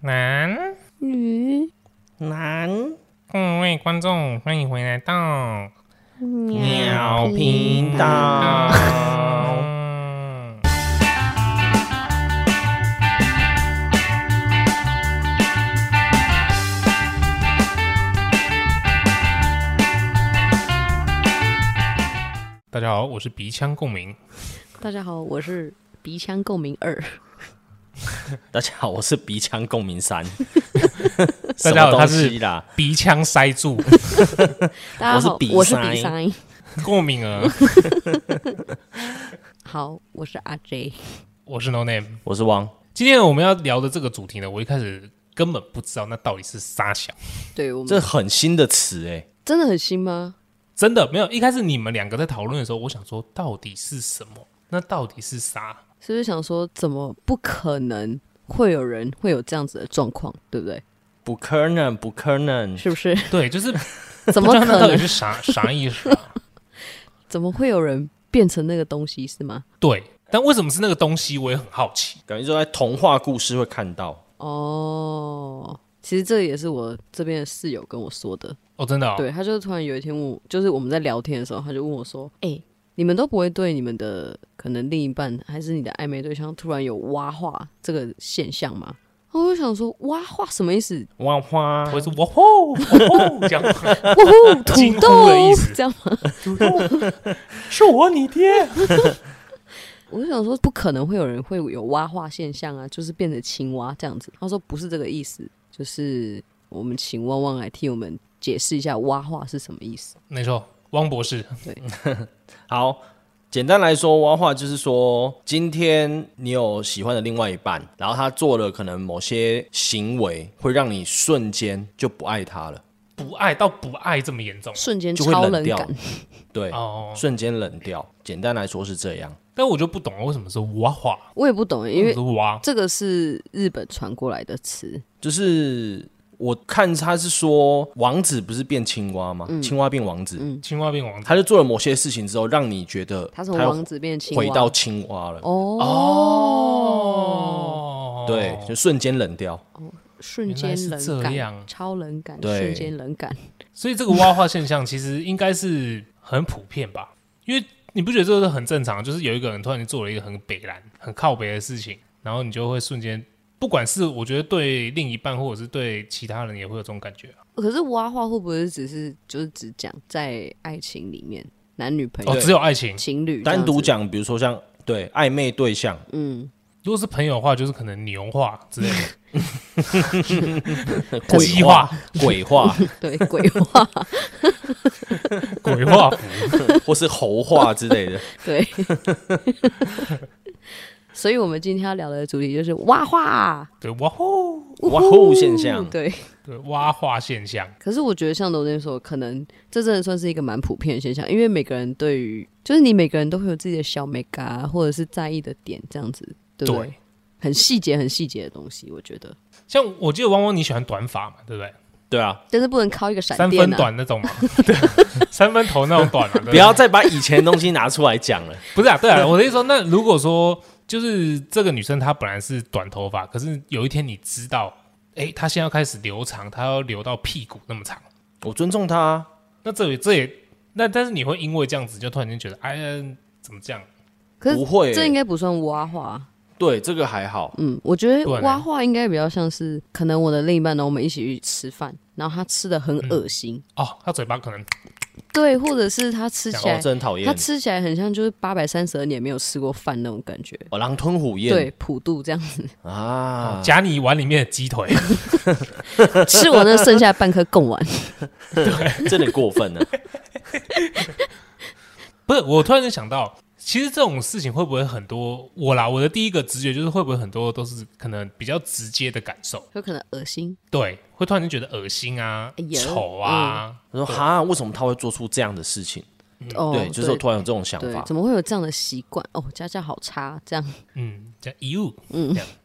男，鱼男各位观众，欢迎回来到鸟频道道。大家好，我是鼻腔共鸣。大家好，我是鼻腔共鸣 二，大家好，我是鼻腔共 鸣三。大家好他什么东是西啦？鼻腔塞 住，大家好，我我是是鼻鼻塞。过敏儿。好，我是阿 J。我是 No Name。我是汪。今天我们要聊的这个主题呢，我一开始根本不知道那到底是啥小，对我这们很新的词哎、真的很新吗？真的没有。一开始你们两个在讨论的时候，我想说到底是什么？那到底是 啥？是不是想说怎么不可能会有人会有这样子的状况，对不对？不可能，不可能。是不是？对，就是 怎不知么道那可到底能？是啥啥意思、 啊？怎么会有人变成那个东西是吗？对，但为什么是那个东西，我也很好奇。感觉就在童话故事会看到。哦，其实这也是我这边的室友跟我说的。哦，真的、哦，对，他就突然有一天问我，就是我们在聊天的时候，他就问我说：“哎、你们都不会对你们的可能另一半还是你的暧昧对象突然有挖话这个现象吗？”然后我就想说，挖话什么意思？哇花，我也是哇吼哇吼这样，哇呼，惊呼土豆的意思这样吗？是我你爹。我就想说，不可能会有人会有蛙化现象啊，就是变成青蛙这样子。他说不是这个意思，就是我们请汪汪来替我们解释一下蛙化是什么意思。没错，汪博士，好，简单来说，挖话就是说，今天你有喜欢的另外一半，然后他做了可能某些行为，会让你瞬间就不爱他了，不爱到不爱这么严重瞬间就会超冷冷掉感，。 对，哦。瞬间冷掉。简单来说是这样。但我就不懂为什么是哇哇，我也不懂，欸因为什么是哇，这个是日本传过来的词，就是我看他是说，王子不是变青蛙吗？嗯青蛙变王子，青蛙变王子。他就做了某些事情之后，让你觉得他从要王子变青蛙，回到青蛙了。哦哦，对，就瞬间冷掉。瞬间冷原来是这样感，超冷感，对瞬间冷感，所以这个蛙化现象其实应该是很普遍吧，因为你不觉得这个很正常？就是有一个人突然间做了一个很北蓝、很靠北的事情，然后你就会瞬间，不管是我觉得对另一半或者是对其他人也会有这种感觉啊、可是挖话会不会只是就是只讲在爱情里面，男女朋友、哦，只有爱情。情侣这样单子独，讲，比如说像对暧昧对象，嗯，如果是朋友的话，就是可能牛化之类的，鬼鸡化、 鬼话， 对，鬼话， 鬼化符。或是猴话之类的。对。所以，我们今天要聊的主题就是挖话，嗯对哇吼，哇吼现象，对。对蛙化现象，可是我觉得像罗振说，可能这真的算是一个蛮普遍的现象，因为每个人对于就是你每个人都会有自己的小美嘎，或者是在意的点，这样子，对不对？对很细节、很细节的东西，我觉得，像我记得汪汪你喜欢短发嘛，对不对？对啊，但是不能靠一个闪三电分啊，短那种嘛，对，三分头那种短嘛，对不对不要再把以前的东西拿出来讲了。不是啊，对啊，我的意思说，那如果说就是这个女生她本来是短头发，可是有一天你知道，哎，她现在要开始留长，她要留到屁股那么长，我尊重他啊，那这也这也那但是你会因为这样子就突然间觉得，哎呀，怎么这样？可是不会欸、这应该不算挖话，对这个还好。嗯，我觉得不然呢挖话应该比较像是，可能我的另一半呢，我们一起去吃饭，然后他吃的很恶心，哦，她嘴巴可能对，或者是他吃然起后来，真哦讨他厌，吃起来很像就是八百三十二年没有吃过饭那种感觉，哦，狼吞虎咽，对，普渡这样子。啊，夹你碗里面的鸡 腿，吃完那剩下半颗贡丸，真的过分了。不是，我突然间想到，其实这种事情会不会很多？我啦，我的第一个直觉就是会不会很多都是可能比较直接的感受， 有可能恶心。对，会突然间觉得恶心啊哎、呦丑啊，我说哈，为什么他会做出这样的事情？嗯哦，对，就是我突然有这种想对法，怎么会有这样的习惯？哦，佳佳好差，这样 嗯，这样一物，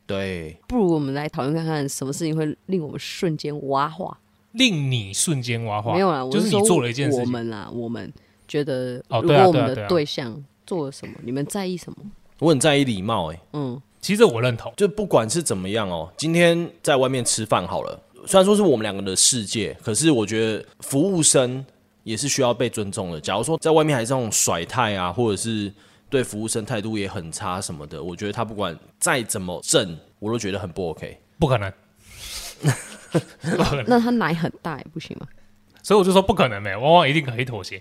对，不如我们来讨论看看什么事情会令我们瞬间挖化。令你瞬间挖化。没有啦，我就是说你做了一件事我情，们啦，我们觉得哦如对果啊我对们啊对啊的对象做了什么，你们在意什么？我很在意礼貌、欸，哎，嗯，其实这我认同，就不管是怎么样哦，今天在外面吃饭好了，虽然说是我们两个的世界，可是我觉得服务生也是需要被尊重的。假如说在外面还是那种甩态啊，或者是对服务生态度也很差什么的，我觉得他不管再怎么正，我都觉得很不 OK。不可能， 不可能。那他奶很大也不行吗？所以我就说不可能没，汪汪一定可以妥协。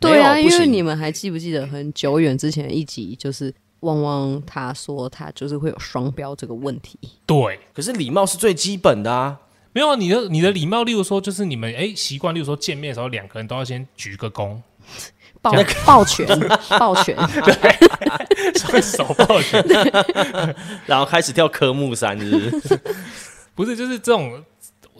对啊，没有不因行为你们还记不记得很久远之前的一集，就是汪汪他说他就是会有双标这个问 题。对，可是礼貌是最基本的啊，没有啊你的你的礼貌，例如说就是你们哎习惯，例如说见面的时候两个人都要先鞠个躬， 抱抱拳，抱拳，双手抱 拳，然后开始跳科目三，是不是？不是就是这种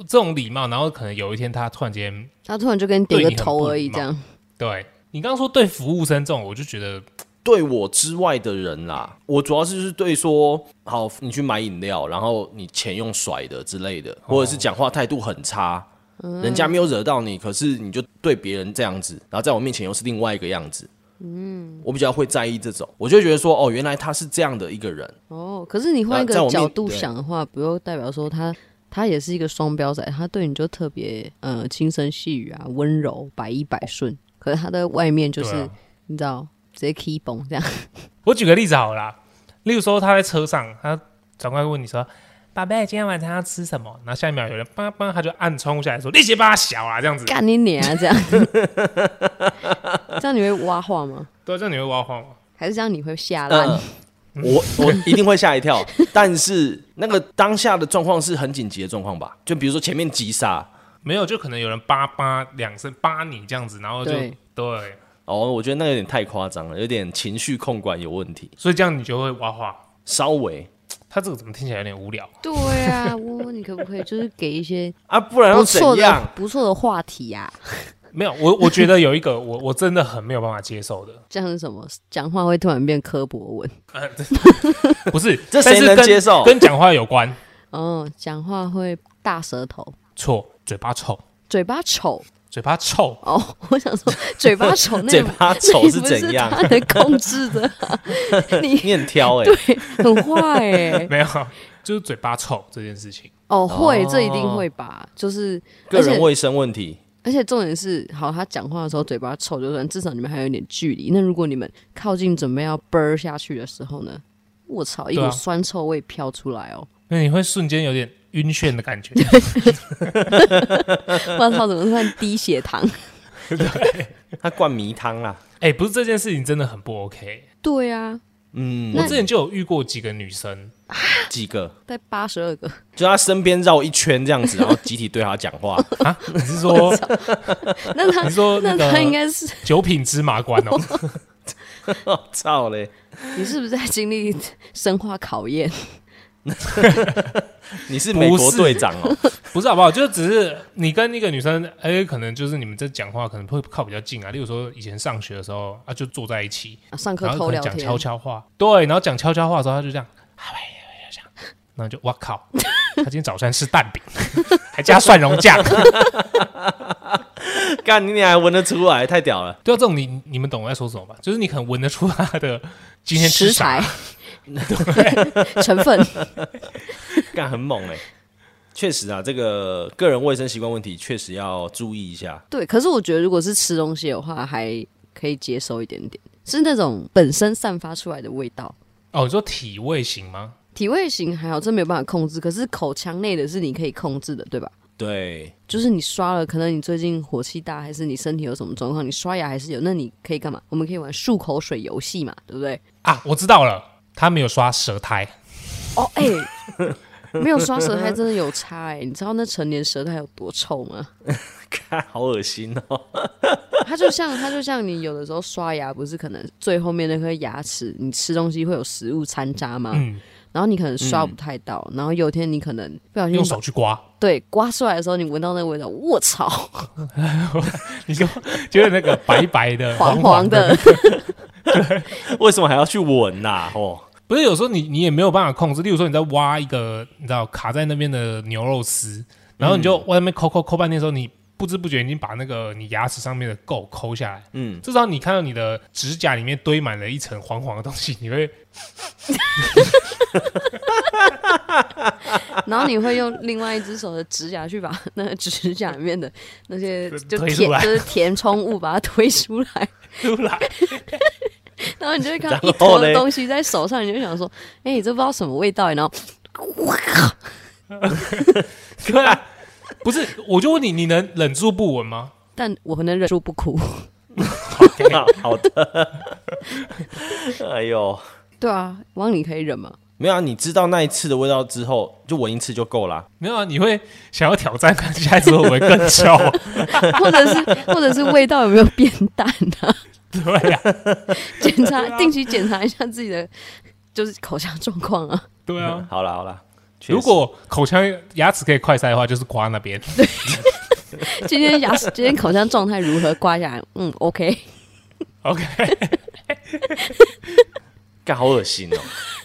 这种礼貌，然后可能有一天他突然间他突然就跟你点个头而已，这样对你刚刚说对服务生这种，我就觉得对我之外的人啦，我主要是就是对说，好，你去买饮料，然后你钱用甩的之类的，或者是讲话态度很差，人家没有惹到你，可是你就对别人这样子，然后在我面前又是另外一个样子。嗯，我比较会在意这种，我就会觉得说，哦，原来他是这样的一个人，哦。可是你换一呃在我个角面度对想的话，不用代表说他他也是一个双标仔，他对你就特别呃轻声细语啊，温柔百依百顺。可是他在外面就是、对啊你知道直接 keep 崩这样， 我举个例子好了啦，例如说他在车上，他转过来问你说：“宝贝，今天晚餐要吃什么？”然后下一秒有人叭叭，他就按窗户下来说：“你先把他小啊，这样子。干你脸啊这样， 这样你会挖话吗？”对啊，这样你会挖话吗？还是这样你会下烂？嗯，我我一定会吓一跳，但是那个当下的状况是很紧急的状况吧？就比如说前面急刹，没有，就可能有人叭叭两声叭你这样子，然后就对对，哦，我觉得那个有点太夸张了，有点情绪控管有问题，所以这样你就会挖话。稍微他这个怎么听起来有点无聊？对啊，我你可不可以就是给一 些啊，不然要不怎错样的？不错的话题啊呀、没有，我我觉得有一个 我我真的很没有办法接受的， 这样是什么？讲话会突然变刻薄文不是， 但这谁是能跟接受跟讲话有关，哦，讲话会大舌头，错，嘴巴臭，嘴巴丑嘴巴臭，哦。 我想说，嘴巴丑那 嘴巴 丑是那不是怎样？他能控制的、 你你很挑 哎、很坏哎、没有，就是嘴巴臭这件事情。哦，会，这一定会吧？就是，个而且人卫生问题。而且重点是，好，他讲话的时候嘴巴臭就算，至少你们还有一点距离。那如果你们靠近准备要啵儿下去的时候呢？我操，一对股啊酸臭味飘出来哦！那你会瞬间有点晕眩的 感觉，我操，怎么算低血糖？ 他灌迷汤啊啦，哎、不是这件事情真的很不 OK。对啊，嗯，我之前就有遇过几个女生，几个在八十二个， 就他身边绕一圈这样子，然后集体对他讲话， 你是 说那他 你是说那啊他应个该是九品芝麻官哦？ 哦操嘞！ 你是不是在经历生化考验？你是美国不是队长哦、不是好不好？就只是你跟一个女生，哎、可能就是你们在讲话，可能会靠比较近啊。例如说以前上学的时候啊，就坐在一起，啊、上课然后偷可能聊讲天，悄悄话，对，然后讲悄悄话的时候，他就这样， 哎呀，这样，然后就哇靠，他今天早餐吃蛋饼， 还加蒜蓉酱，干你俩还闻得出来，太屌了！对啊，这种你你们懂我在说什么吧？就是你可能闻得出他的今天吃食啥材， 成分，干很猛哎、确实啊，这个个人卫生习惯问题确实要注意一下。对。可是我觉得，如果是吃东西的话，还可以接受一点点，是那种本身散发出来的味道。哦，你说体味型吗？体味型还好，这没有办法控制。可是口腔内的是你可以控制的，对吧？对，就是你刷了，可能你最近火气大，还是你身体有什么状况，你刷牙还是有，那你可以干嘛？我们可以玩漱口水游戏嘛，对不对？啊，我知道了，他没有刷舌苔，哦，哎、没有刷舌苔真的有差哎、你知道那成年舌苔有多臭吗？看好恶心哦、它就像它就像你有的时候刷牙，不是可能最后面那颗牙齿，你吃东西会有食物残渣吗？嗯，然后你可能刷不太到，然后有一天你可能不小心用把手去刮，对刮出来的时候，你闻到那个味道，我操，你就就是那个白白的、 黄黄的，为什么还要去闻呐、哦， 不是有时候你你也没有办法控制，例如说你在挖一个你知道卡在那边的牛肉丝，然后你就外面抠抠抠半天的时候，你不知不觉已经把那个你牙齿上面的垢抠下来。嗯，至少你看到你的指甲里面堆满了一层黄黄的东西，你会然后你会用另外一只手的指甲去把那个指甲里面的那些推就推出填来就是填充物把它推出来， 出来，然后你就会看到一然后坨的嘞东西在手上，你就会想说，哎、这不知道什么味道，然后对啊，不是，我就问你，你能忍住不闻吗？但我能忍住不哭。好的， 哎呦，对啊，汪你可以忍吗？没有啊，你知道那一次的味道之后，就闻一次就够啦、没有啊，你会想要挑战看下一次会不会更臭啊？或者是或者是味道有没有变淡啊？对啊，检查定期检查一下自己的就是口腔状况啊。对啊。 好啦好啦，确实如果口腔牙齿可以快塞的话，就是刮那边。今天牙齿今天口腔状态如何？刮下来，嗯，OK。 OK，干好恶心哦、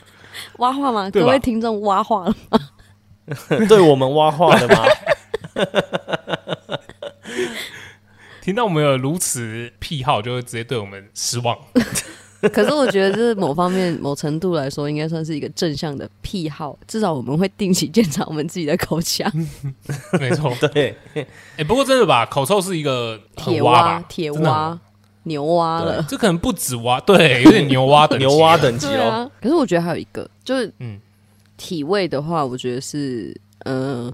挖话吗？对吧各位听众挖话了，对我们挖话的吗？ 听到我们有如此癖好，就会直接对我们失望。可是我觉得这某方面某程度来说，应该算是一个正向的癖好。至少我们会定期检查我们自己的口腔，嗯没错，哎、 对，不过真的吧，口臭是一个很铁挖挖、吧，铁真的很挖、牛挖对了。这可能不止挖，对，有点牛蛙等级啊 牛蛙等级对哦、啊，可是我觉得还有一个，就是嗯体味的话，我觉得是嗯、呃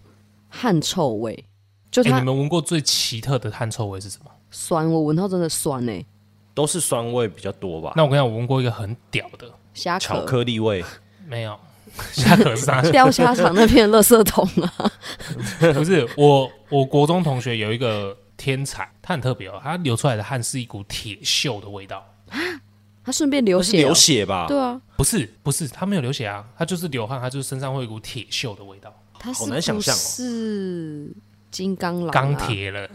汗臭味，就哎、它你们闻过最奇特的汗臭味是什么？酸，我闻到真的酸哎、欸，都是酸味比较多吧？那我跟你讲，我闻过一个很屌的，虾巧壳。克力味，没有， 虾壳是啥？掉虾场那边的垃圾桶啊，不是我，我国中同学有一个天才，他很特别哦，他流出来的汗是一股铁锈的味道。它顺便流那是血、哦流血吧？对啊，不是，不是，他没有流血啊，他就是流汗，他就是身上会有一股铁锈的味道，它是好难想象哦不是金刚狼、啊，钢铁了，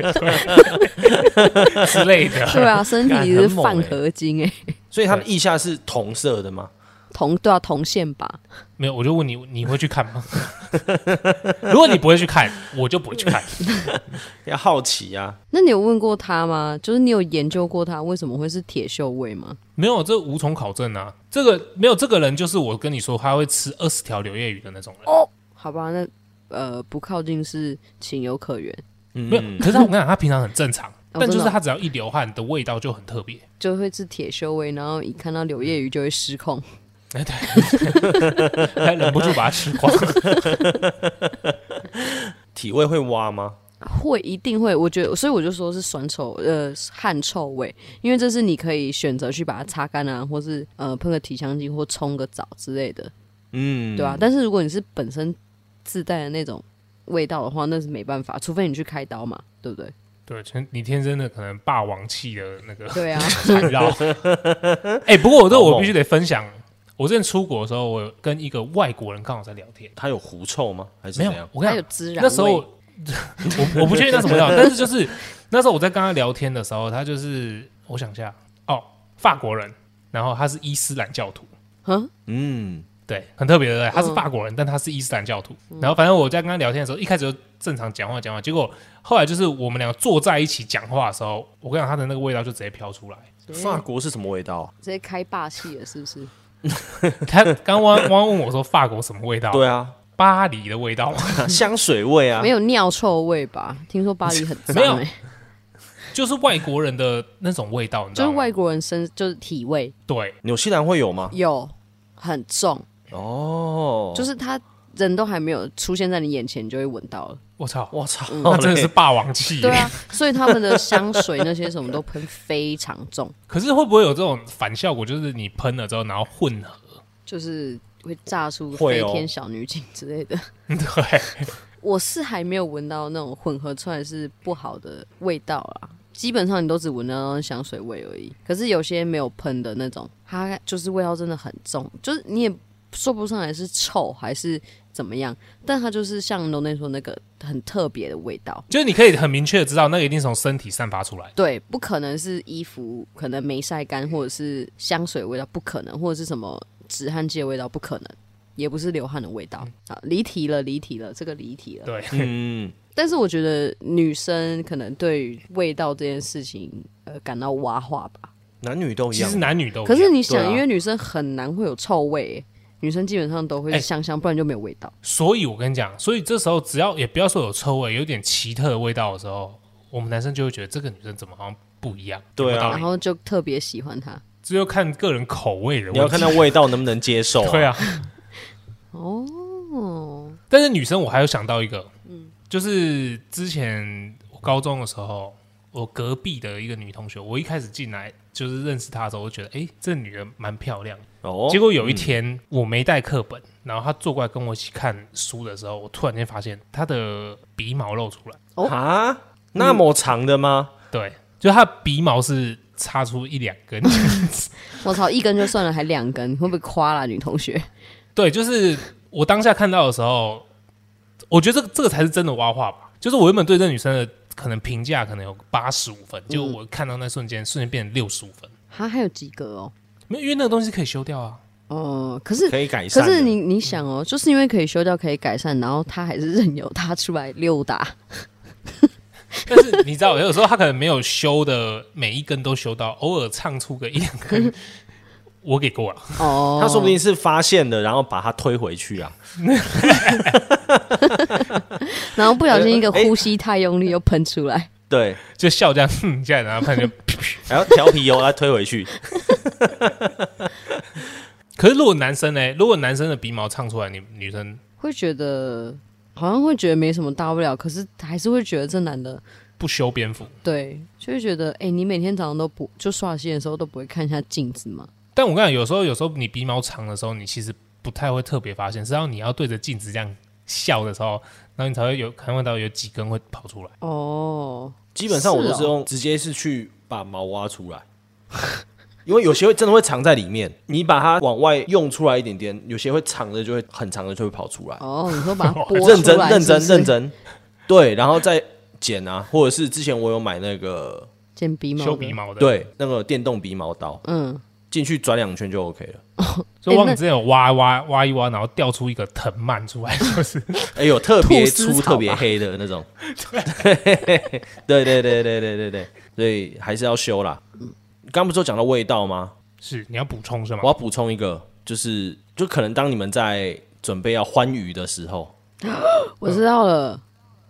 对，对之类的。对啊， 身体是很猛泛欸合金哎、所以它的腋下是同色的吗？铜对啊，铜线吧，没有，我就问你，你会去看吗？ 如果你不会去看，我就不会去看。要好奇呀、啊，那你有问过他吗？就是你有研究过他为什么会是铁锈味吗？没有，这无从考证啊。这个没有，这个人就是我跟你说，他会吃二十条柳叶鱼的那种人。好吧，那呃不靠近是情有可原，没有，可是他我跟你讲，他平常很正常，但就是真的 哦他只要一流汗的味道就很特别。就会是铁锈味，然后一看到柳叶鱼就会失控。哎，对，还忍不住 把它吃 光。体味会挖吗？ 会一定会，我觉得，所以我就说是酸臭，呃，汗臭味，因为这是你可以选择去把它擦干啊，或是呃喷个体香精或冲个澡之类的，嗯，对吧、但是如果你是本身自带的那种味道的话，那是没办法，除非你去开刀嘛，对 不对？对，全你天生的可能霸王气的那个对 啊，缠 绕。哎、不过我这好猛我必须得分享，我之前出国的时候，我有跟一个外国人刚好在聊天，它有狐臭吗？还是没怎有样，？我跟它你有讲，孜然那时候味，我我 不确定那什么料， 但是就是那时候我在跟他聊天的时候，他就是我想一下，哦，法国人，然后他是伊斯兰教徒。嗯，嗯，对，很特别的，对不对他是法国人，但他是伊斯兰教徒。嗯然后反正我在跟他聊天的时候，一开始就正常讲话讲话，结果后来就是我们俩坐在一起讲话的时候，我跟你讲他的那个味道就直接飘出来。法国是什么味道？啊直接开霸气了，是不是？他刚汪汪问我说法国什么味道？对啊， 巴黎的味道吗，香水味啊没，有尿臭味吧？听说巴黎很 脏、没有欸，就是外国人的那种味道，你知就道是吗？外国人身就是体味对，纽西兰会有吗？有很重，哦，就是他人都还没有出现在你眼前，你就会闻到了。我操，我操， 那嗯真的是嘞霸王气嗯耶。对啊，所以他们的香水那些什么都喷非常重，可是会不会有这种反效果？就是你喷了之后，然后混合， 就是会炸出会飞哦天小女警之类的。对，我是还没有闻到那种混合出来是不好的味道啦。基本上你都只闻到香水味而已，可是有些没有喷的那种，它就是味道真的很重，就是你也说不上来是臭还是怎么样，但它就是像龙内说那个很特别的味道，就是你可以很明确的知道，那个一定从身体散发出来。对，不可能是衣服可能没晒干，或者是香水味道，不可能，或者是什么止汗剂的味道，不可能，也不是流汗的味道。啊，离题了，离题了，这个离题了。对， 嗯，但是我觉得女生可能对于味道这件事情，呃，感到挖化吧。男女都一其样实。男女都一样可是你对想，啊因为女生很难会有臭味耶，女生基本上都会啊哎是香香，不然就没有味道。所以我跟你讲，所以这时候只要也不要说有臭味，有点奇特的味道的时候，我们男生就会觉得这个女生怎么好像不一样。对啊有没有道然理后就特别喜欢它。只有看个人口味的问题。你要看到味道能不能接受、对啊，啊。哦，但是女生我还有想到一个，就是之前我高中的时候，我隔壁的一个女同学，我一开始进来就是认识她的时候，我就觉得哎、诶这女人蛮漂亮的。哦，结果有一天我没带课本，然后她坐过来跟我一起看书的时候，我突然间发现她的鼻毛露出来，哦啊，那么长的吗？对，就她的鼻毛是插出一两根， 我操，一根就算了，还两根，你会不会夸啦，女同 学？对，就是我当下看到的时候，我觉得这个这个才是真的挖话吧。就是我原本对这女生的可能评价可能有八十五分，结果我看到那瞬间，瞬间变成六十五分。它还有及格哦。没有，因为那个东西可以修掉啊。哦，可是可以改善可的。是你你想哦，就是因为可以修掉，可以改善，然后他还是任由他出来溜 达。但是你知道，有时候她可能没有修的每一根都修到，偶尔唱出个一两根，我给过了。哦，他说不定是发现了，然后把它推回去啊。然后不小呃心一哎个呼吸太用力又喷出来，对，就笑这样，哼，这样然后看就。 然后调皮油它推 回去。可是如果男生呢？如果男生的鼻毛唱出来，你女生会觉得好像会觉得没什么大不了，可是还是会觉得这男的不修边幅，对，就会觉得哎、你每天早上都不就刷牙洗脸的时候都不会看一下镜子吗？但我跟你讲，有时候有时候你鼻毛长的时候，你其实不太会特别发现，是要你要对着镜子这样笑的时候，然后你才会有看到有几根会跑出来。哦，基本上我都是用直接是去把毛挖出来， 因为有些会真的会藏在里面，你把它往外用出来一点点，有些会藏的就会很长的就会跑出来。哦，你说把它剥 出来认真认真是不是认真，对，然后再剪啊，或者是之前我有买那个剪鼻毛，修鼻，毛的，，对那个电动鼻毛刀，嗯，进去转两圈就 OK 了。所以我欸那往之前有挖挖挖一挖，然后掉出一个藤蔓出来，就是哎呦，特别吐司粗、草吧特别黑的那 种。对对对对对对对，所以还是要修啦。刚不是有讲到味道吗？是你要补充是吗我？要补充一个，就是就可能当你们在准备要欢愉的时候，我知道了，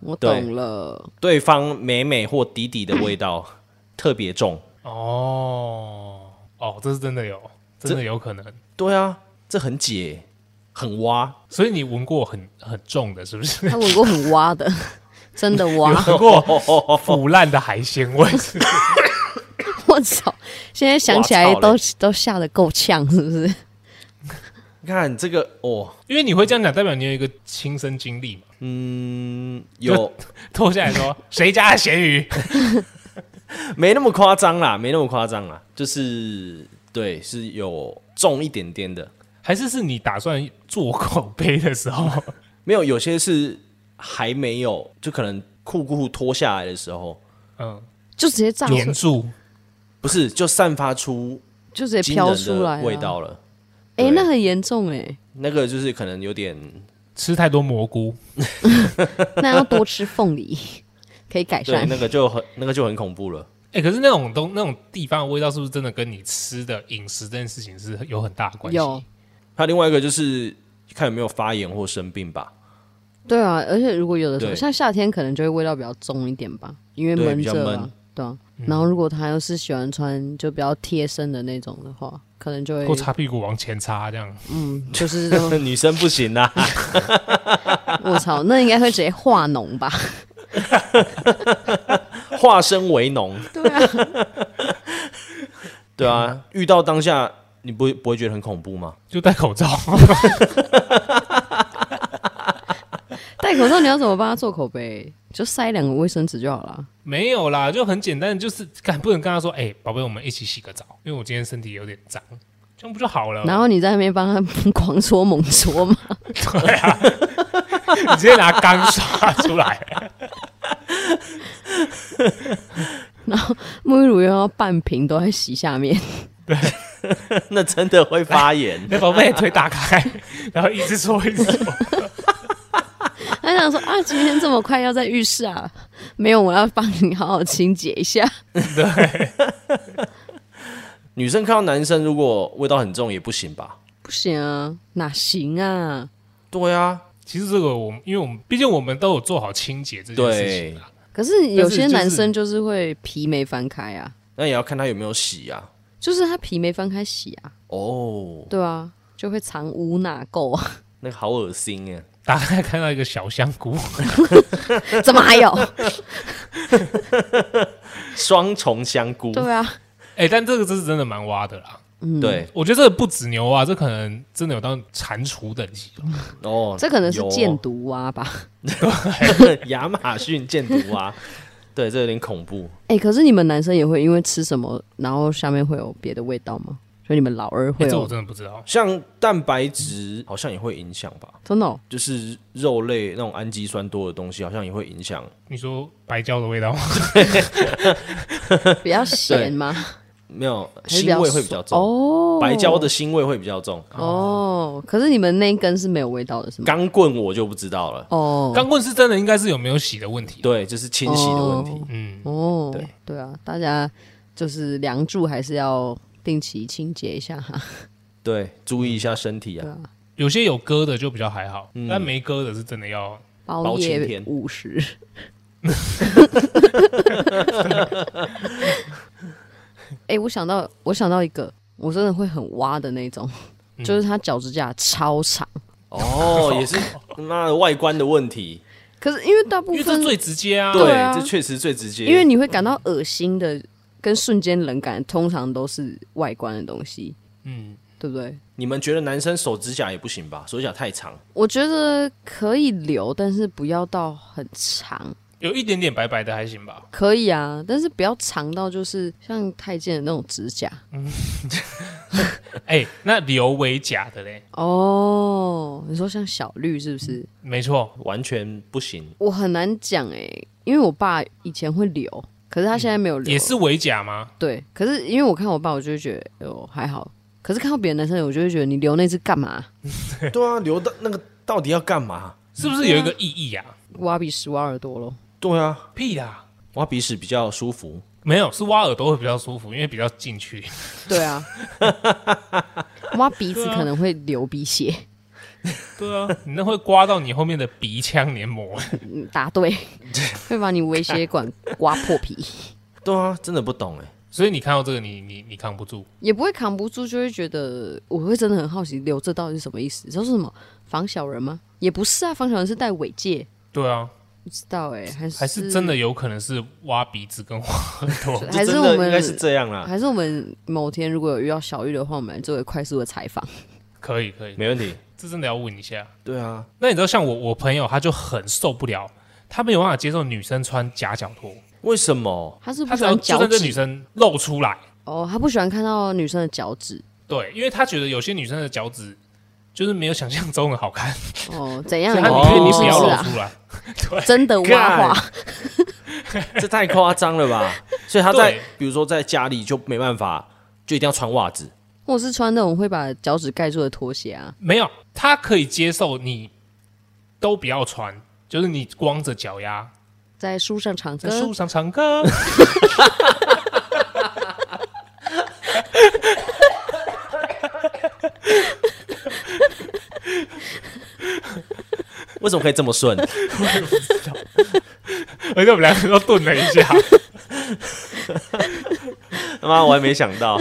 我对懂了。对方美美或底底的味道 特别重。哦哦，这是真的有，真的有可能。对啊，这很解，很挖。所以你闻过很很重的，是不是？ 他闻过很挖的， 真的有挖。闻过哦腐烂的海鲜味， 我操！现在想起来 哇操都都吓得够呛，是不是？你看这个哦，因为你会这样讲，代表你有一个亲身经历嘛。嗯，有脱下来说，谁家的咸鱼？没那么夸张啦，没那么夸张啦，就是对，是有重一点点的。还是是你打算做口碑的时候，没有，有些是还没有，就可能裤裤脱下来的时候，嗯，就直接炸出，黏住，不是就散发出就直接惊飘人出来的啊味。道了。哎、对那很严重哎、那个就是可能有点吃太多蘑菇，那要多吃凤梨， 可以改对，善那。个就很那个就很恐怖了。哎、可是那种东那种地方的味道，是不是真的跟你吃的饮食这件事情是有很大的关系？有，还有另外一个就是看有没有发炎或生病吧，对啊，而且如果有的时候，对像夏天可能就会味道比较重一点吧，因为对闷比较热啊闷，对啊。然后如果他又是喜欢穿就比较贴身的那种的话，可能就或会擦屁股往前擦这样。嗯，就是这种 女生不行啊啦，我 操，那应该会直接化脓吧？ 化身为脓。对啊，对啊，遇到当下你不会不会觉得很恐怖吗？ 就戴口罩，戴口罩你要怎么帮他做口碑？就塞两个卫生纸就好了。 没有啦，就很简单，就是敢不能跟他说，哎、宝贝，我们一起洗个澡，因为我今天身体有点脏，这样不就好哦了？然后你在那边帮他 狂搓猛搓嘛，对啊，你直接拿钢刷出来， 沐浴乳又要半瓶都在洗下面， 那真的会发炎。那宝贝腿打开，然后一直搓一直搓，他想说啊，今天这么快要在浴室啊？没有，我要帮你好好清洁一下。对。女生看到男生如果味道很重也不行吧？不行啊，哪行啊？对啊，其实这个我们，因为我们毕竟我们都有做好清洁这件事情啦。可是有但是些就是男生就是会皮没翻开啊，那也要看他有没有洗啊。就是他皮没翻开洗啊，哦，对啊，就会藏污纳垢啊， 那个好恶心耶！打开看到一个小香菇， 怎么还有？双重香菇，对啊，哎、但这个这是真的蛮挖的啦。嗯对我觉得这个不止牛啊，这可能真的有到蟾蜍等级了。哦，这可能是有哦箭毒蛙吧？ 亚马逊箭毒蛙， 对，这有点恐怖。哎、可是你们男生也会因为吃什么，然后下面会有别的味道吗？就你们老二会哦欸这有、我真的不知道。像蛋白质好像也会影响吧，真的哦、就是肉类那种氨基酸多的东西，好像也会影响。你说白胶的味道吗？ 比较咸吗？没有还是腥味会比较爽重，哦。白胶的腥味会比较重。啊哦，可是你们那一根是没有味道的，是吗？钢棍我就不知道了，哦钢棍是真的，应该是有没有洗的问题。对，就是清洗的问题。嗯，哦，对对啊，大家就是梁柱还是要定期清洁一下哈。 对，注意一下身体对啊。啊，有些有割的就比较还好，嗯但没割的是真的要包包青夜天五 十，哎、我想到，我想到一个，我真的会很挖的那种，嗯就是他脚趾甲超长，哦，也是妈的外观的问题。可是因为大部因为这分最直接啊。对对，啊这确实最直接。因为你会感到恶心的跟瞬间冷感，通常都是外观的东西，嗯，对不对？你们觉得男生手指甲也不行吧？手指甲太长，我觉得可以留，但是不要到很长。有一点点白白的还行吧。可以啊，但是不要长到就是像太监的那种指甲哎、那留为假的嘞，哦。你说像小绿是不是？没错，完全不 行。我很难讲哎、因为我爸以前会留，嗯可是他现在没有留。也是为假吗？对，可是因为我看我爸，我就会觉得哦还好。可是看到别的男生，我就会觉得你留那只干嘛？对啊，留到那个到底要干嘛？是不是有一个意义啊？挖鼻屎挖耳朵咯。对啊，屁啦，挖鼻屎比较舒服。没有，是挖耳朵会比较舒服，因为比较进去。对 啊，挖鼻子可能会流鼻血。对啊， 你那会刮到你后面的鼻腔黏膜。嗯，答对， 会把你微血管刮破皮，对啊，真的不懂哎、所以你看到这个你，你你扛不住。 也不会扛不住，就会觉得我会真的很好奇，留这到底是什么意思？你知道是什么防小人吗？也不是啊，防小人是戴尾戒，对啊，不知道哎、还是还是真的有可能是挖鼻子跟挖耳朵。还是这真我的们应该是这样啊啦，还是我们某天如果有遇到小玉的话，我们来做个快速的采访。 可以可以，没问题。这真的要问一下。对啊，那你知道，像我我朋友他就很受不了，他没有办法接受女生穿夹脚拖，为什么？他是他不只喜要就欢脚算这女趾生露出来，哦，他不喜欢看到女生的脚趾对，因为他觉得有些女生的脚趾就是没有想象中的好看，哦，怎所样？以他哦宁愿你是不要不露是啊？出来。真的挖话， 这太夸张了 吧？所以他在对比如说在家里就没办法，就一定要穿袜子。或是穿那种会把脚趾盖住的拖鞋啊。没有，他可以接受你都不要穿，就是你光着脚丫在书上唱在歌，树上唱歌。 为什么可以这么 顺？而且我们两个都顿了一下。他妈，我还没想到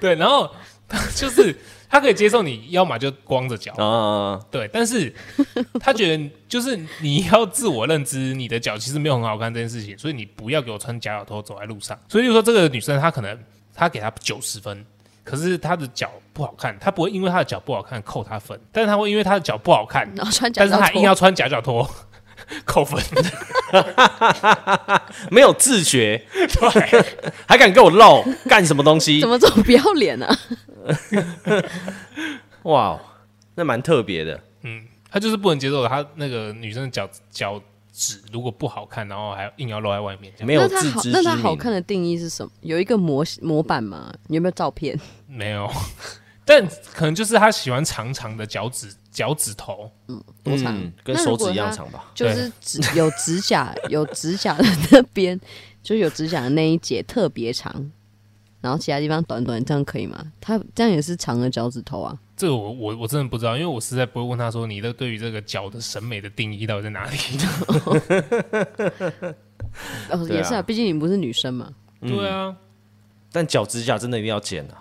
对，然后就是他可以接受你要么就光着脚，啊！对，但是他觉得就是你要自我认知，你的脚其实没有很好看这件事情，所以你不要给我穿夹脚拖走在路上。所以就说这个女生她可能她给她九十分。可是她的脚不好看，她不会因为她的脚不好看扣她分，但是她会因为她的脚不好看，然后穿嗯脚但是趾她硬要拖，穿夹脚拖 扣分。没有自觉，对， 还敢跟我唠干什么东西 怎？么这么不要脸啊？哇哦，那蛮特别的。她就是不能接受她那个女生的脚脚趾如果不好看，然后还硬要露在外面这样。没有那它自好知，那之它好明，看的定义是什么？有一个模模板吗？你有没有照片？没有， 但可能就是他喜欢长长的脚趾脚趾头，多长？嗯，跟那手如果指一样它长吧？就是指 有指甲，有指甲的那边，就是有指甲的那一节特别长。然后其他地方短短，这样可以吗？他这样也是长的脚趾头啊。这个我我我真的不知道，因为我实在不会问他说你的对于这个脚的审美的定义到底在哪里。哦，对啊也是啊，毕竟你不是女生嘛。对啊，但脚指甲真的一定要剪啊！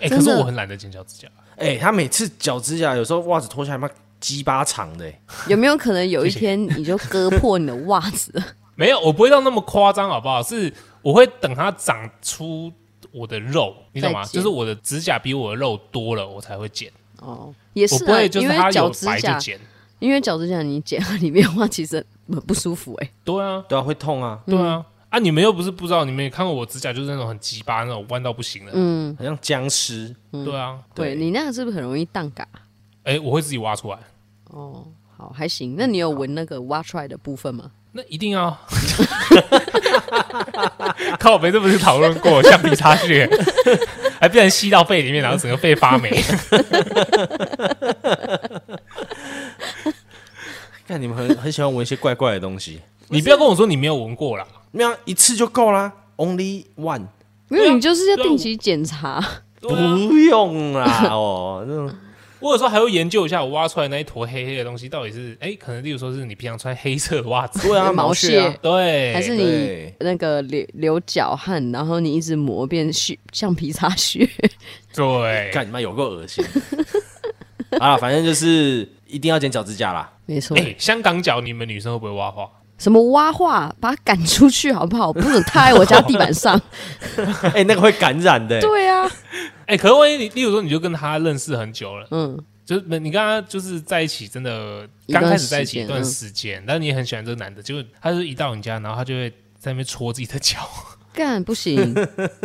哎、真可的是我很懒得剪脚指甲，哎、他每次脚指甲有时候袜子脱下来，妈鸡巴长的、欸，有没有可能有一谢谢天你就割破你的袜子 了？没有，我不会到那么夸张，好不好？是我会等它长出我的肉，你懂吗？再就剪是我的指甲比我的肉多了，我才会剪，哦，也我是不啊，会就是因为它脚有指白就甲，剪。因为脚指甲你剪到里面的话，其实很不舒服哎、对啊，对啊，会痛啊，嗯对啊，啊，你们又不是不知道，你们也看过我指甲，就是那种很鸡巴那种弯到不行的。嗯，很像僵尸。对啊，对你那个是不是很容易荡嘎？哎、我会自己挖出来，哦，好，还嗯行。那你有闻那个挖出来的部分吗？那一定要。 靠北，这不是讨论过橡皮擦屑，还被人吸到肺里面，然后整个肺发霉。 看你们很很喜欢闻一些怪怪的东西，你不要跟我说你没有闻过啦。没有啊一次就够啦，Only one，没有，你就是要对啊定期检查。 对啊不用啦哦，那种我有时候还会研究一下，我挖出来那一坨黑黑的东西到底是，哎、可能例如说是你平常穿黑色的袜子，对啊，毛屑啊屑对，还是你对那个流流脚汗，然后你一直磨变血橡皮擦 屑，对，干你妈有够恶心。啊，反正就是一定要剪脚指甲啦。没错。哎、香港脚，你们女生会不会挖花？什么挖话，把它赶出去好不好？不准踏在我家地板 上。哎、那个会感染的、对啊，哎、可是万一你，例如说你就跟他认识很久了，嗯，就是你跟他就是在一起，真的一刚段开始在一起一时间段嗯时间，但你也很喜欢这个男的，结果他就是一到你家，然后他就会在那边戳自己的脚， 干不行。 它的脚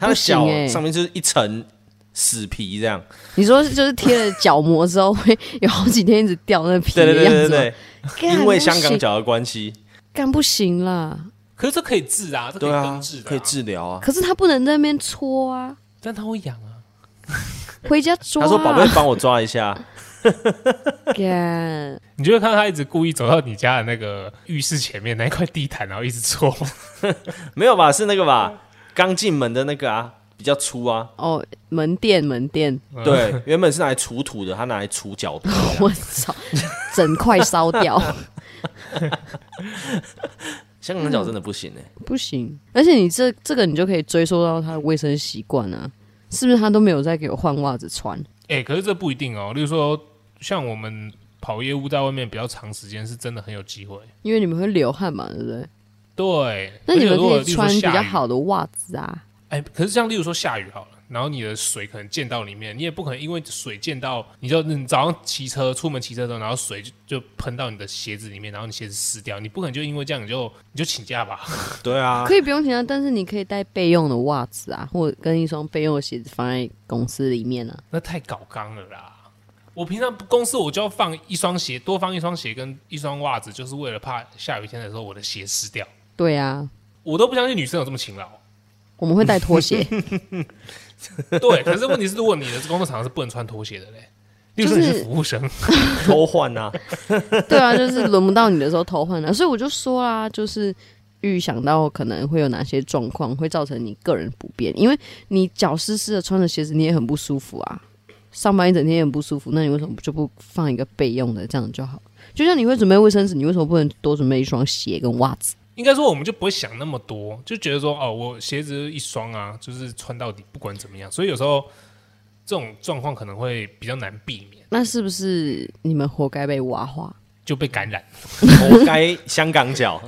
不行欸上面就是一层死皮这样。你说就是贴了角膜之后，会有好几天一直掉那皮对的对样对对子吗？对，干因为香不港行脚的关系，干不行啦。可是这可以治啊，这可以对根啊治，的、可以，治疗啊。可是他不能在那边搓啊，但他会痒啊。回家抓、啊。他说：“宝贝，帮我抓一下。 干，你就会看到他一直故意走到你家的那个浴室前面那一块地毯，然后一直戳。” 没有吧？是那个吧？刚进门的那个啊，比较粗啊。哦，门店门店，对，原本是拿来除土的，他拿来除脚皮。 我操，整块烧掉，香港脚真的不行哎、不行。而且你这这个你就可以追溯到他的卫生习惯啊，是不是他都没有再给我换袜子穿？哎、可是这不一定哦。例如说，像我们跑业务在外面比较长时间，是真的很有机会。因为你们会流汗嘛，对不对？对，那你而且们如果可以穿例比如说下较雨。好的袜子啊。哎、可是像例如说下雨好了，然后你的水可能溅到里面，你也不可能因为水溅到，你就你早上骑车出门骑车的时候，然后水就就喷到你的鞋子里面，然后你鞋子湿掉，你不可能就因为这样你就你就请假吧？对啊，可以不用钱啊，但是你可以带备用的袜子啊，或者跟一双备用的鞋子放在公司里面啊。那太搞纲了啦。我平常公司我就要放一双鞋，多放一双鞋跟一双袜子，就是为了怕下雨天的时候我的鞋湿掉。对啊，我都不相信女生有这么勤劳。我们会带拖鞋，对，可是问题是，如果你的工作场合是不能穿拖鞋的嘞，例如说你就是是服务生，偷换啊。对啊，就是轮不到你的时候偷换啊，所以我就说啦，就是预想到可能会有哪些状况会造成你个人不便，因为你脚湿湿的穿着鞋子你也很不舒服啊，上班一整天也很不舒服，那你为什么就不放一个备用的，这样就好？就像你会准备卫生纸，你为什么不能多准备一双鞋跟袜子？应该说我们就不会想那么多，就觉得说哦，我鞋子一双啊，就是穿到底，不管怎么样。所以有时候这种状况可能会比较难避免，那是不是你们活该被挖花？就被感染。活该香港脚。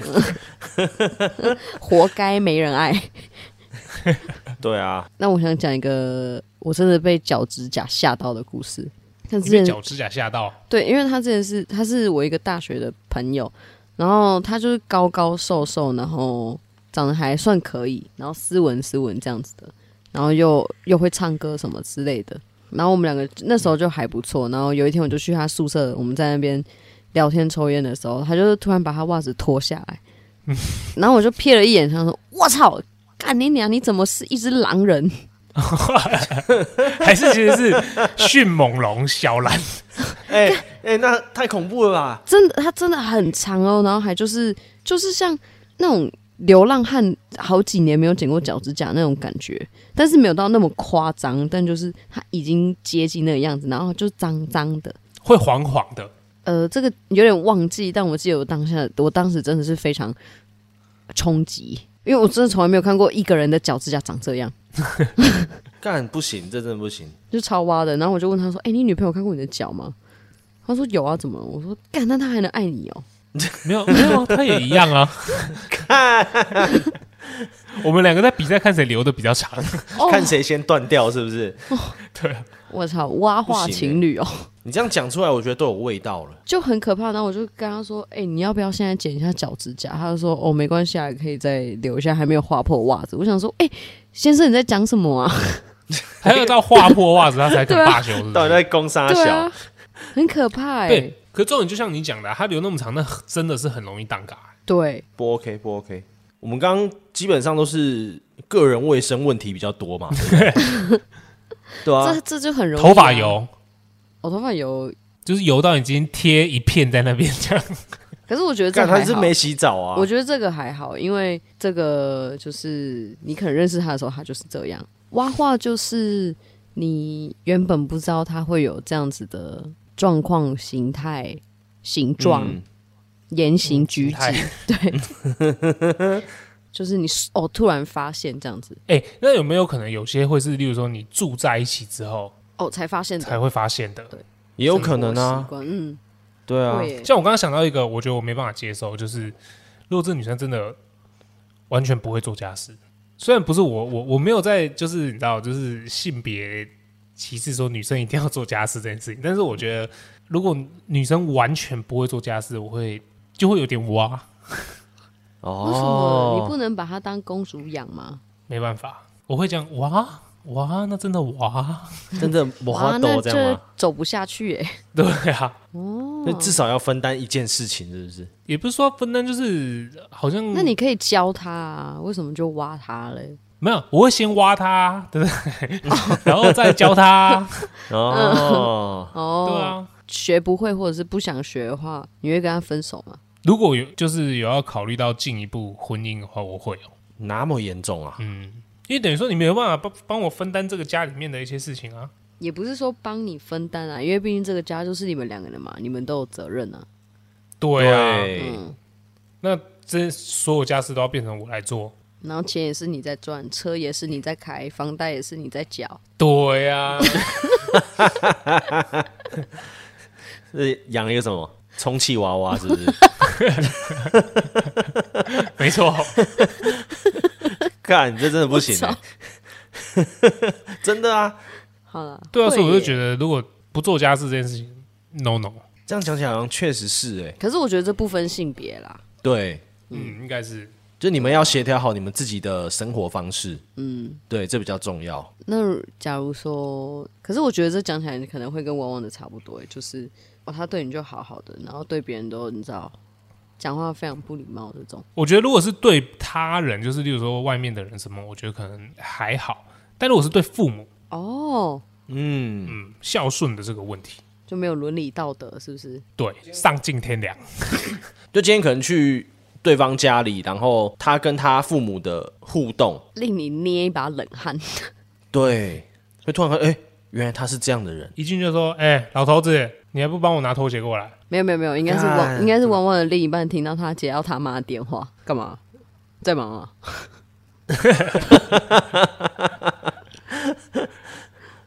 活该没人爱。对啊，那我想讲一个我真的被脚趾甲吓到的故事。像之你被前脚指甲吓到， 对，因为他之前是他是我一个大学的朋友，然后他就是高高瘦瘦，然后长得还算可以，然后斯文斯文这样子的，然后又又会唱歌什么之类的。然后我们两个那时候就还不错，然后有一天我就去他宿舍，我们在那边聊天抽烟的时候，他就是突然把他袜子脱下来，然后我就瞥了一眼，他说：“我操，干你娘！你怎么是一只狼人？”还是其实是迅猛龙小兰，哎、哎、那太恐怖了吧？真的，它真的很长哦，然后还就是就是像那种流浪汉好几年没有剪过脚趾甲那种感觉，但是没有到那么夸张，但就是他已经接近那个样子，然后就脏脏的。会黄黄的，呃，这个有点忘记，但我记得我当下，我当时真的是非常冲击，因为我真的从来没有看过一个人的脚趾甲长这样，干不行，这真的不 行。就超挖的。然后我就问他说：“哎、你女朋友看过你的脚吗？”他说：“有啊，怎么了？”我说：“干，那他还能爱你哦、没有没有啊，他也一样啊。我们两个在比赛看谁留的比较长，哦看谁先断掉是不是？对啊，我操，挖化不行欸情侣哦、你这样讲出来，我觉得都有味道了。就很可怕。然后我就跟他说：“哎、你要不要现在剪一下脚趾甲？”他就说：“哦，没关系啊，可以再留一下，还没有划破袜子。”我想说：“哎、先生你在讲什么啊？还要到划破袜子他才肯对啊罢休，是不是到底在攻杀对小啊？，很可怕哎、对，可重点就像你讲的啊、他留那么长，那真的是很容易当嘎。对，不 OK 不 OK。我们刚刚基本上都是个人卫生问题比较多嘛，对不 对对啊这，这就很容易、头发，油我、头发油，就是油到已经贴一片在那边这样。可是我觉得这干还他好是没洗澡啊我。觉得这个还好，因为这个就是你可能认识他的时候，他就是这样。挖话就是你原本不知道他会有这样子的状况、形态、形状、嗯言行举止，态对， 就是你哦，突然发现这样子，哎、那有没有可能有些会是，例如说你住在一起之后哦，才发现的才会发现的？也有可能生活啊习，惯嗯，对啊会，耶像我刚刚想到一个，我觉得我没办法接受，就是如果这女生真的完全不会做家事，虽然不是我，我我没有在就是你知道，就是性别歧视说女生一定要做家事这件事情，但是我觉得如果女生完全不会做家事，我会就会有点哇，为什么哦你，不能把她当公主养吗？没办法，我会讲哇哇，那真的哇， 真的我哇，花那豆这样这哦吗？走不下去耶！对啊。那至少要分担一件事情，是不是？也不是说分担，就是好像嗯那你可以教她啊，为什么就挖她嘞？没有，我会先挖他，对不对？ 然后再教他，哦，哦，对啊。学不会或者是不想学的话，你会跟她分手吗？如果有就是有要考虑到进一步婚姻的话，我会哦，那么严重啊？嗯因为等于说你没有办法帮帮我分担这个家里面的一些事情啊。也不是说帮你分担啊，因为毕竟这个家就是你们两个人嘛，你们都有责任啊。对啊，嗯，这所有家事都要变成我来做。然后钱也是你在赚，车也是你在开，房贷也是你在缴，对啊，是养一个什么充气娃娃，是不 是？没错，干，你这真的不行欸、 真的啊！好了，对啊，所以我就得，觉得如果不做家事这件事情，no no，这样讲起来好像确实是哎、可是我觉得这不分性别啦，对，嗯，应该是就你们要协调好你们自己的生活方式，嗯，对，这比较重要。那假如说，可是我觉得这讲起来可能会跟汪汪的差不多欸，就是哦，他对你就好好的，然后对别人都你知道，讲话非常不礼貌这种。我觉得如果是对他人，就是例如说外面的人什么，我觉得可能还好。但如果是对父母，哦，嗯，嗯，孝顺的这个问题，就没有伦理道德是不是？对，丧尽天良，就今天可能去对方家里，然后他跟他父母的互动，令你捏一把冷汗。 对，会突然看，哎、原来他是这样的人，一进去就说：“哎、老头子，你还不帮我拿拖鞋过来没有没有没有，应该是干汪，应该是汪汪的另一半听到他接到他妈的电话，干嘛？在忙啊？对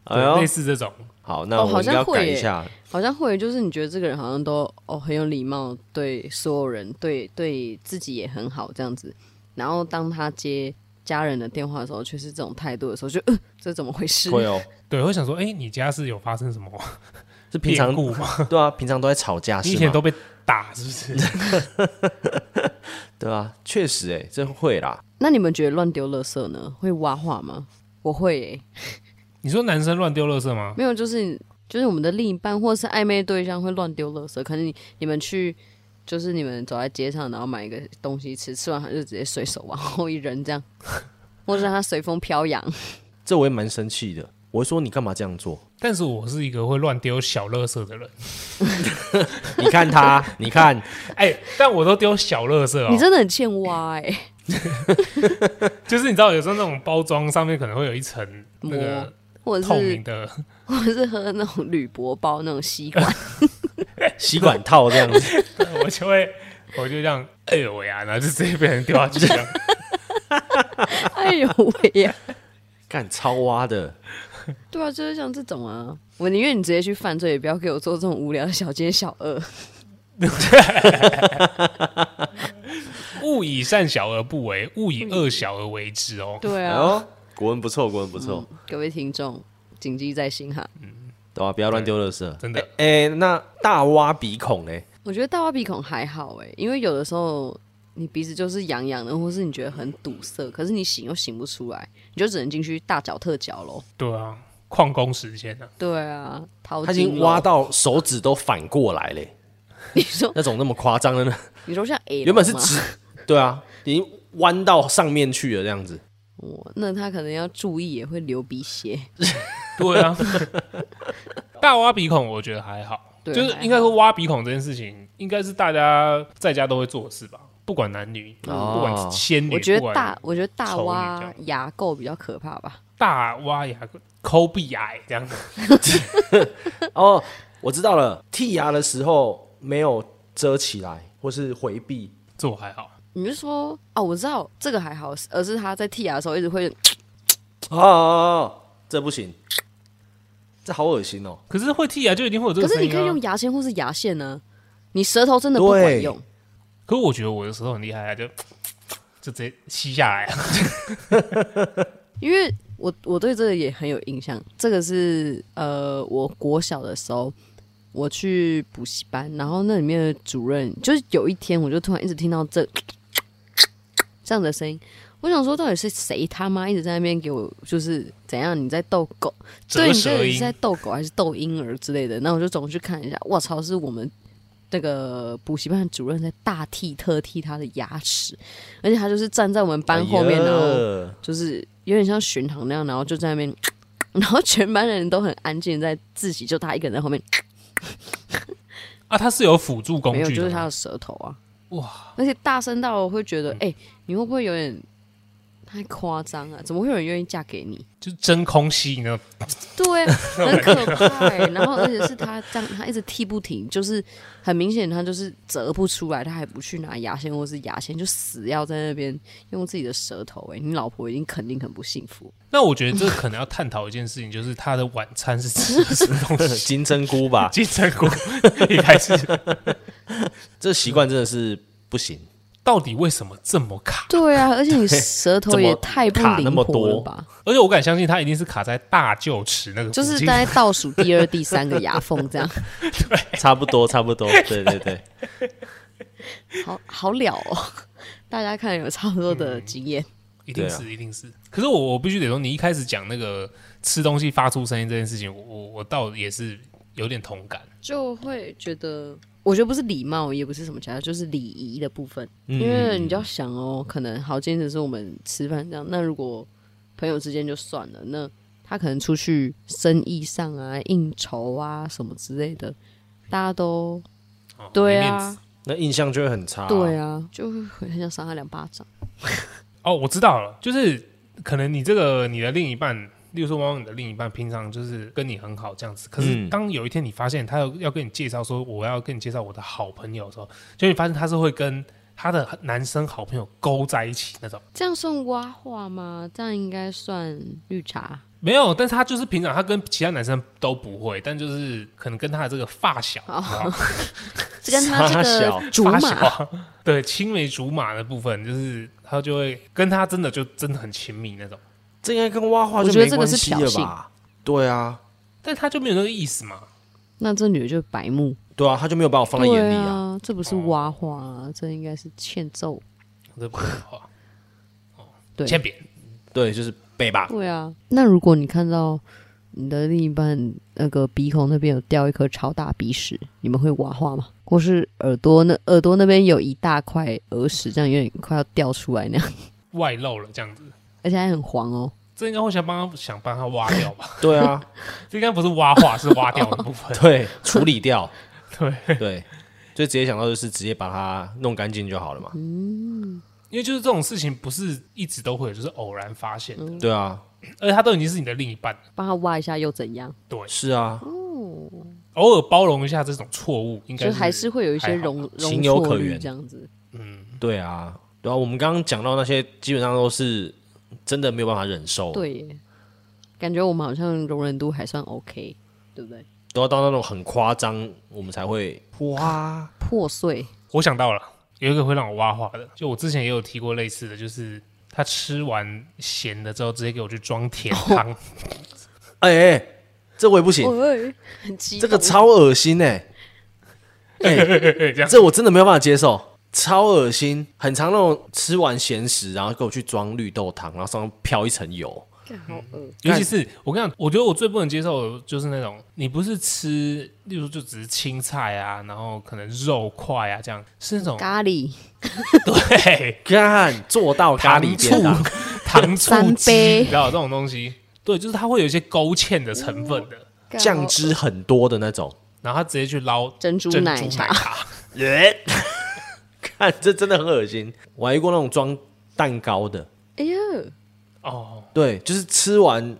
哎呦类，似这种，好，那哦我好应该像要会改一耶下，好像会，就是你觉得这个人好像都哦很有礼貌，对所有人，对对自己也很好这样子。然后当他接家人的电话的时候，却是这种态度的时候，就、呃、这怎么回事？会哦，对，会想说：哎、你家是有发生什么是 平变常故 吗？对啊，平常都在吵架，你以是前吗都？被打是不是？ 对啊，确实、哎，这会啦，那你们觉得乱丢垃圾呢？会挖话吗？我会、欸，你说男生乱丢垃圾吗？没有，就是就是我们的另一半或是暧昧对象会乱丢垃圾，可能你你们去。就是你们走在街上，然后买一个东西吃，吃完他就直接随手往后一扔，这样，或者让它随风飘扬。这我也蛮生气的，我会说你干嘛这 样做？但是我是一个会乱丢小垃圾的人， 你看他，你看，哎、但我都丢小垃圾哦、你真的很欠挖哎、就是你知道，有时候那种包装上面可能会有一层那个或者透是明的，或者 是喝那种铝箔包那种吸管， 吸管套这样子， 我就会我就这样，哎呦喂啊，然后就直接被人丢下去了。 哎呦喂呀！干超挖的。对啊，就是像这种啊，我宁愿你直接去犯罪，也不要给我做这种无聊的小奸小恶。勿以善小而不为，勿以恶小而为之哦。 对哎啊，呦，国文不错，国文不错，各位听众谨记在心哈。对啊吧？不要乱丢垃圾。真的，哎、那大挖鼻孔哎嘞？我觉得大挖鼻孔还好哎、因为有的时候你鼻子就是痒痒的，或是你觉得很堵塞，可是你醒又醒不出来，你就只能进去大脚特脚喽。对啊，旷工时间呢、对啊，淘他已金经咯挖。到手指都反过来 嘞，你说那种那么夸张的呢？你说像 A 原本是直， 对啊，已经弯到上面去了这样子。我，那他可能要注意，也会流鼻血。对啊， 大挖鼻孔我觉得还好，对就是应该说挖鼻孔这件事情，应该是大家在家都会做的事吧，不管男女，哦不管是仙女，我觉不得管大，我觉得大丑女这挖样牙垢比较可怕吧。大挖牙抠鼻癌这样子，哦，我知道了，剔牙的时候没有遮起来，或是回避，这我还好。你是说哦，我知道这个还好，而是他在剔牙的时候一直会，哦哦哦，这不行，这好恶心哦。可是会剔牙就一定会有这个可是声你音、啊、可以用牙签或是牙线呢、你舌头真的不管对用。可是我觉得我的舌头很厉害啊，就就直接吸下来、啊。因为我我对这个也很有印象，这个是呃，我国小的时候我去补习班，然后那里面的主任就是有一天，我就突然一直听到这这样的声音，我想说到底是谁他妈一直在那边给我就是怎样你在逗狗，折对你舌这里音是在逗狗还是逗婴儿之类的，那我就总去看一下，我操，是我们。那个补习班的主任在大剔特剔他的牙齿，而且他就是站在我们班后面，然啊后哎呀就是有点像巡堂那样，然后就在那边， 然后全班的人都很安静，在自习，就他一个人在后面，啊，它是有辅助工没有，具就的是他吗，嗯的舌头啊，哇，而且大声到我会觉得，哎、你会不会有点太夸张啊？怎么会有人愿意嫁给你？就是真空吸你那种 对啊，很可怕、欸。然后而且是他这样，他一直踢不停，就是很明显他就是折不出来，他还不去拿牙线或是牙签，就死要在那边用自己的舌头、哎，你老婆一定肯定很不幸福。那我觉得这可能要探讨一件事情，就是他的晚餐是吃什么东西？哎金针 菇吧，金针菇一开始这习惯真的是不行。到底为什么这么卡？对啊，而且你舌头怎么也太不卡那灵么活了多吧？而且我敢相信他一定是卡在大臼齿那个附就近，是大概倒数第二、第三个牙缝这 样，差不多，差不多，对对对，好好了哦。 大家看有差不多的经验，一定对是一定是。可是我我必须得说，你一开始讲那个吃东西发出声音这件事情，我我我倒也是有点同感。就会觉得，我觉得不是礼貌，也不是什么其他，就是礼仪的部分。嗯因为你就要想哦，可能好，今天只是我们吃饭这样，那如果朋友之间就算了，那他可能出去生意上啊、应酬啊什么之类的，大家都哦对没面啊子，那印象就会很差。对啊，就会很想扇他两巴掌。哦，我知道了，就是可能你这个你的另一半，例如说，往往你的另一半平常就是跟你很好这样子，可是嗯当有一天你发现他要要跟你介绍说我要跟你介绍我的好朋友的时候，就你发现他是会跟他的男生好朋友勾在一起那种。这样算挖话吗？这样应该算 绿茶。没有，但是他就是平常他跟其他男生都不会，但就是可能跟他的这个发小，哦你知 道吗这跟他这傻小个竹发马，小，对青梅竹马的部分，就是他就会跟他真的就真的很亲密那种，这应该跟挖话就我觉得没这个关是系了挑吧？对啊，但他就没有那个意思嘛。那这女的就是白目，对啊，他就没有把我放在眼对里啊。啊，这不是挖话啊，这应该是欠揍。这不啊哦是话， 对，欠扁。啊对，就是背 吧。对啊。那如果你看到你的另一半呃那个鼻孔那边有掉一颗超大鼻屎，你们会挖话吗？或是耳朵那耳朵那边有一大块耳屎，这样有点快要掉出来那样， 外露了这样子，而且还很黄哦。这应该会想帮他想帮他挖掉吧？ 对啊，这应该不是挖化，是挖掉的部 分。对，处理掉。对，嗯对，就直接想到就是直接把它弄干净就好了嘛。因为就是这种事情不是一直都会有，就是偶然发现的，嗯对啊，而且他都已经是你的另一半了，帮他挖一下又怎样？对，是啊，偶尔包容一下这种错误，应该就还是会有一些还好容容情有错可率原这样子。对啊，对啊。我们刚刚讲到那些，基本上都是真的没有办法忍受，，对耶，感觉我们好像容忍度还算 OK，对不对？都要到那种很夸张，我们才会哇，破碎，我想到了，有一个会让我挖话的，就我之前也有提过类似的，就是他吃完咸的之后，直接给我去装甜 汤， 哎、哎这我也不行，喂， 很激这个动超恶心哎、 哎、这样这我真的没有办法接受，超恶心。很常那种吃完咸食，然后给我去装绿豆汤，然后上面飘一层油。干好恶，尤其是我跟你讲，我觉得我最不能接受的就是那种你不是吃，例如就只是青菜啊，然后可能肉块啊这样，是那种咖喱对干做到 咖喱醋便当，糖醋三鸡，杯你知道这种东西，对，就是它会有一些勾芡的成分的，酱汁很多的那种。然后他直接去捞珍珠珍珠奶奶茶茶，看，这真的很恶心。我还遇过那种装蛋糕的，哎呦，哦，对，就是吃完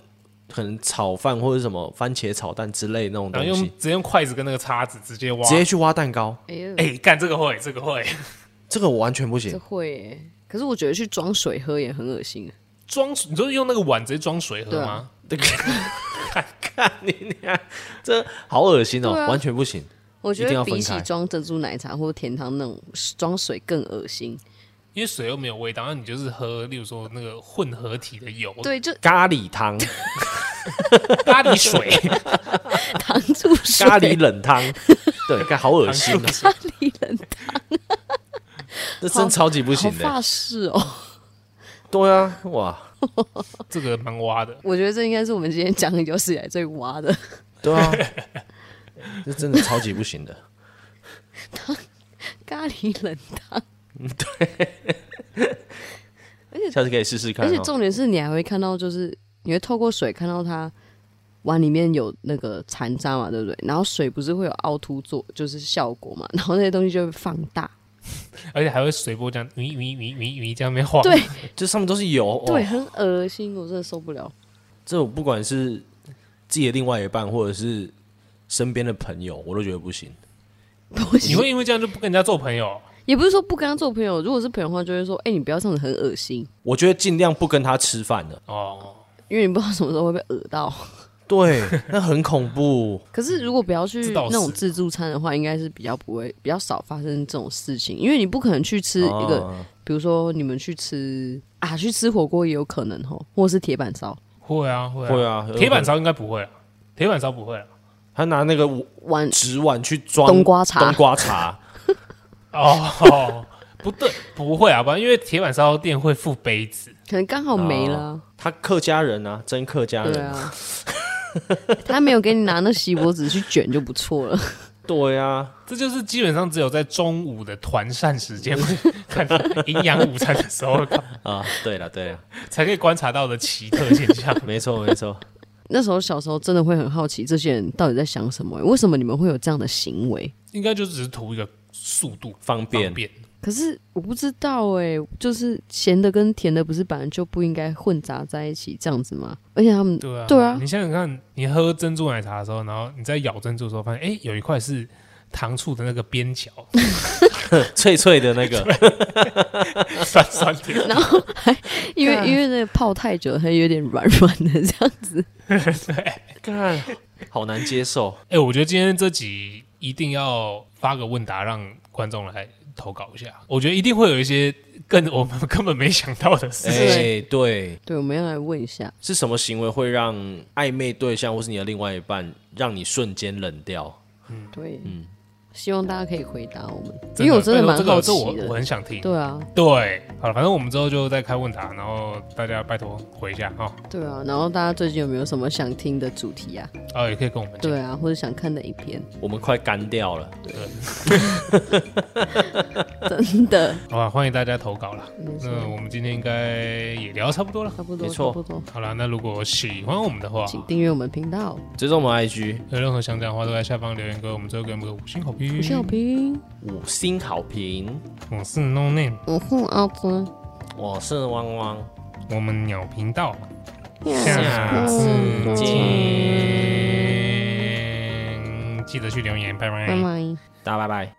可能炒饭或者什么番茄炒蛋之类那种然东后用西，直接用筷子跟那个叉子直接挖直，接去挖蛋糕，哎呦，哎，干这个会，这个会。这个我完全不这行。会耶。可是我觉得去装水喝也很恶心啊。装水，你说用那个碗直接装水喝对吗啊？看你俩，这好恶心哦，对啊完全不行。我觉一定要得分比起开装珍珠奶茶或甜汤那种装水更恶心。因为水又没有味道，那你就是喝，例如说那个混合体的油，对，就咖喱汤、 咖喱水，糖醋 水、咖喱冷汤，对，看好恶心啊！咖喱人，这真超级不好行欸的。法式哦。对啊，哇，这个蛮挖的。我觉得这应该是我们今天讲的有史以来最挖的。对啊，这真的超级不行的。咖喱冷汤，下次可以试试看、而且哦。重点是你还会看到，就是你会透过水看到它碗里面有那个残渣嘛，对不对？然后水不是会有凹凸做，就是效果嘛，然后那些东西就会放大，而且还会随波这样，咦咦咦咦咦这样面晃。对这上面都是油，对，哦，很恶心，我真的受不了。 这我不管是自己的另外一半，或者是身边的朋友，我都觉得不行。不你行，会因为这样就不跟人家做朋友？也不是说不跟他做朋友，如果是朋友的话，就会说，哎、你不要这样子，很恶心，我觉得尽量不跟他吃饭了。哦，因为你不知道什么时候会被恶到。 对，那很恐怖。可是如果不要去这倒是那种自助餐的话，应该是比较不会、比较少发生这种事情，因为你不可能去吃一个，啊比如说你们去吃啊，去吃火锅也有可能吼，或是铁板烧，会啊会啊会啊，铁板烧应该不会啊，铁板烧不会啊。他拿那个碗纸碗去装冬瓜茶冬瓜茶，哦，不对，不会啊吧？因为铁板烧店会附杯子，可能刚好没了啊。他客家人啊，真客家对人啊，啊， 他没有给你拿那锡箔纸去卷就不错了。对啊，这就是基本上只有在中午的团膳时间会看营养午餐的时候啊，对了对了，才可以观察到的奇特现象。没错没错，那时候小时候真的会很好奇，这些人到底在想什么、为什么你们会有这样的行为？应该就只是图一个速度方便方便。可是我不知道哎、就是咸的跟甜的不是本来就不应该混杂在一起这样子吗？而且他们对啊，对啊你想想看，你喝珍珠奶茶的时候，然后你在咬珍珠的时候，发现哎、诶有一块是糖醋的那个边角， 脆脆的那 个，酸酸的。 然后还因啊为因为那个泡太久，它有点软软的这样子。干，好难接受。哎、我觉得今天这集一定要发个问答，让观众来投稿一下。我觉得一定会有一些更我们根本没想到的事哎、情。对，对，我们要来问一下，是什么行为会让暧昧对象或是你的另外一半让你瞬间冷掉？对，希望大家可以回答我们，嗯的呃因为我真的蛮这个好奇这我的。我很想听。对啊，对，好了，反正我们之后就再开问答，然后大家拜托回一下哈，对啊，然后大家最近有没有什么想听的主题啊？哦，也可以跟我们讲。对啊，或者想看的影片？我们快干掉了，真 的，好吧，欢迎大家投稿啦。没错那我们今天应该也聊差不多了。差不没多，错差不多，好啦，那如果喜欢我们的话，请订阅我们频道，追踪我们 IG 有任何想讲的话，都在下方留言给我们，最后给我们个五星好评。嗯五星好评，五星好评，我是 No Name，我是阿尊，我是汪汪，我们鸟频道下次见，记得去留言，拜拜嗯拜拜。大家拜拜。